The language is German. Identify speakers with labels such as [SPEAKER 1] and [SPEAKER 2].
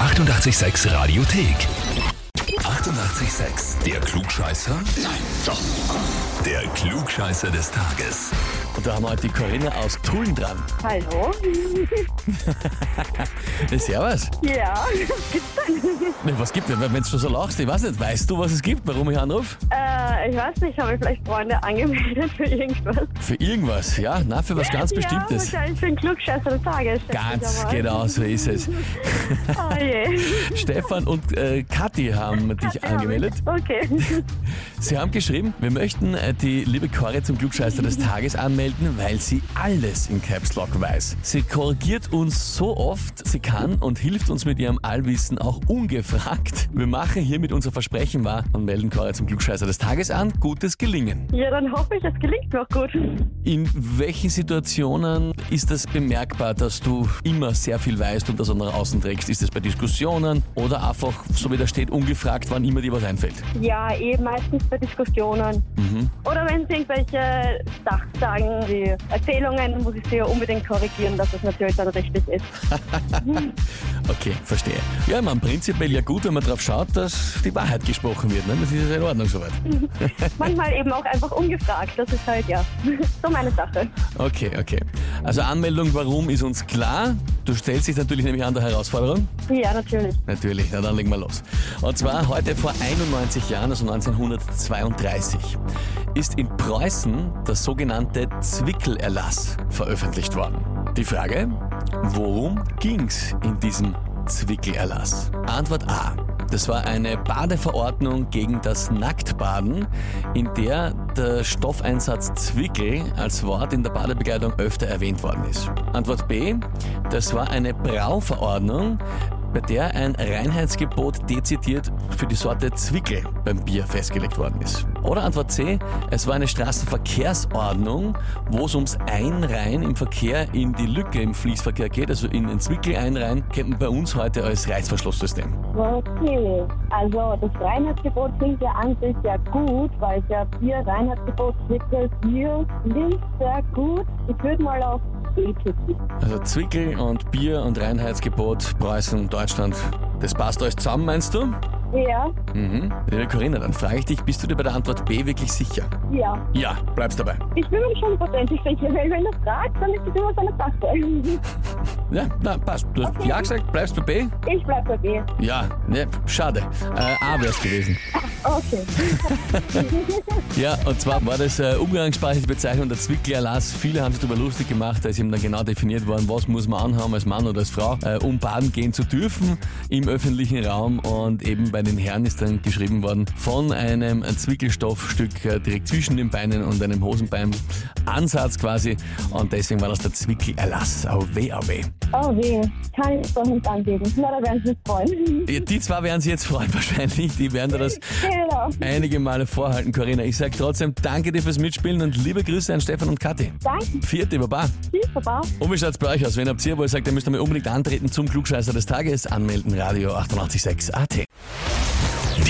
[SPEAKER 1] 886 Radiothek. 88,6. Der Klugscheißer? Nein, doch. Der Klugscheißer des Tages.
[SPEAKER 2] Und da haben wir heute die Corinna aus Tulln dran.
[SPEAKER 3] Hallo?
[SPEAKER 2] Servus.
[SPEAKER 3] Ja, was gibt's denn?
[SPEAKER 2] Na, Was gibt denn, wenn du schon so lachst? Ich weiß nicht, weißt du, was es gibt, warum ich anrufe?
[SPEAKER 3] Äh, ich weiß nicht, habe ich vielleicht Freunde angemeldet für irgendwas?
[SPEAKER 2] Für irgendwas, ja? Na, für was ganz Bestimmtes.
[SPEAKER 3] Ja, wahrscheinlich für einen Klugscheißer des Tages. schätze ich
[SPEAKER 2] Ganz
[SPEAKER 3] einmal.
[SPEAKER 2] genau, so ist es.
[SPEAKER 3] Oh je.
[SPEAKER 2] Stefan und äh, Kathi haben dich
[SPEAKER 3] Ja,
[SPEAKER 2] angemeldet.
[SPEAKER 3] Okay.
[SPEAKER 2] Sie haben geschrieben, wir möchten äh, die liebe Cori zum Glückscheißer des Tages anmelden, weil sie alles in Caps Lock weiß. Sie korrigiert uns so oft sie kann und hilft uns mit ihrem Allwissen auch ungefragt. Wir machen hiermit unser Versprechen wahr und melden Cori zum Glückscheißer des Tages an. Gutes Gelingen.
[SPEAKER 3] Ja, dann hoffe ich, es gelingt noch gut.
[SPEAKER 2] In welchen Situationen ist das bemerkbar, dass du immer sehr viel weißt und das auch nach außen trägst? Ist das bei Diskussionen oder einfach, so wie da steht, ungefragt, wann immer dir was einfällt?
[SPEAKER 3] Ja, eh meistens bei Diskussionen.
[SPEAKER 2] Mhm.
[SPEAKER 3] Oder wenn sie irgendwelche Sachsagen wie Erzählungen, muss ich sie ja unbedingt korrigieren, dass es natürlich dann richtig ist.
[SPEAKER 2] Okay, verstehe. Ja, man prinzipiell ja gut, wenn man drauf schaut, dass die Wahrheit gesprochen wird. Ne? Das ist ja in Ordnung soweit.
[SPEAKER 3] Manchmal eben auch einfach ungefragt. Das ist halt, ja, so meine Sache.
[SPEAKER 2] Okay, okay. Also Anmeldung, warum, ist uns klar. Du stellst dich natürlich nämlich an der Herausforderung.
[SPEAKER 3] Ja, natürlich.
[SPEAKER 2] Natürlich, na dann legen wir los. Und zwar heute vor 91 Jahren, also 1932, ist in Preußen der sogenannte Zwickelerlass veröffentlicht worden. Die Frage, worum ging's in diesem Zwickelerlass? Antwort A. Das war eine Badeverordnung gegen das Nacktbaden, in der der Stoffeinsatz Zwickel als Wort in der Badebekleidung öfter erwähnt worden ist. Antwort B. Das war eine Brauverordnung, bei der ein Reinheitsgebot dezidiert für die Sorte Zwickel beim Bier festgelegt worden ist. Oder Antwort C, es war eine Straßenverkehrsordnung, wo es ums Einreihen im Verkehr in die Lücke im Fließverkehr geht, also in den Zwickel einreihen, kennt man bei uns heute als Reißverschlusssystem.
[SPEAKER 3] Okay, also das Reinheitsgebot klingt ja an sich ja gut, weil es ja vier Reinheitsgebotsartikel hier klingt sehr gut. Ich würde mal auf B tippen.
[SPEAKER 2] Also Zwickel und Bier und Reinheitsgebot, Preußen, Deutschland, das passt euch zusammen, meinst du?
[SPEAKER 3] Ja,
[SPEAKER 2] Mhm. Liebe Corinna, dann frage ich dich, bist du dir bei der Antwort B wirklich sicher?
[SPEAKER 3] ja.
[SPEAKER 2] Ja, bleibst dabei.
[SPEAKER 3] Ich bin mir schon prozentig sicher, weil wenn du fragst, dann ist es immer seine Sache.
[SPEAKER 2] Ja, na, passt. Du hast
[SPEAKER 3] Okay.
[SPEAKER 2] Ja gesagt, bleibst bei B?
[SPEAKER 3] Ich bleib bei B.
[SPEAKER 2] Ja, ne, schade. Äh, A wär's gewesen.
[SPEAKER 3] Okay.
[SPEAKER 2] Ja, und zwar war das äh, umgangssprachliche Bezeichnung der Zwickelerlass. Viele haben sich darüber lustig gemacht, da ist eben dann genau definiert worden, was muss man anhaben als Mann oder als Frau, äh, um baden gehen zu dürfen im öffentlichen Raum. Und eben bei den Herren ist dann geschrieben worden, von einem Zwickelstoffstück äh, direkt zwischen den Beinen und einem Hosenbeinansatz quasi. Und deswegen war das der Zwickelerlass. Au weh, au weh.
[SPEAKER 3] Oh weh, kann ich doch nicht anbieten. Na, da werden sie mich freuen.
[SPEAKER 2] Ja, Die zwei werden sich jetzt freuen wahrscheinlich, die werden da das
[SPEAKER 3] Genau.
[SPEAKER 2] einige Male vorhalten, Corinna. Ich sag trotzdem danke dir fürs Mitspielen und liebe Grüße an Stefan und Kathi.
[SPEAKER 3] Danke,
[SPEAKER 2] Vierte Baba.
[SPEAKER 3] tschüss, Baba.
[SPEAKER 2] Und wie schaut's bei euch aus? Wenn habt ihr, wo ihr sagt, ihr müsst einmal unbedingt antreten zum Klugscheißer des Tages, anmelden Radio 886 AT.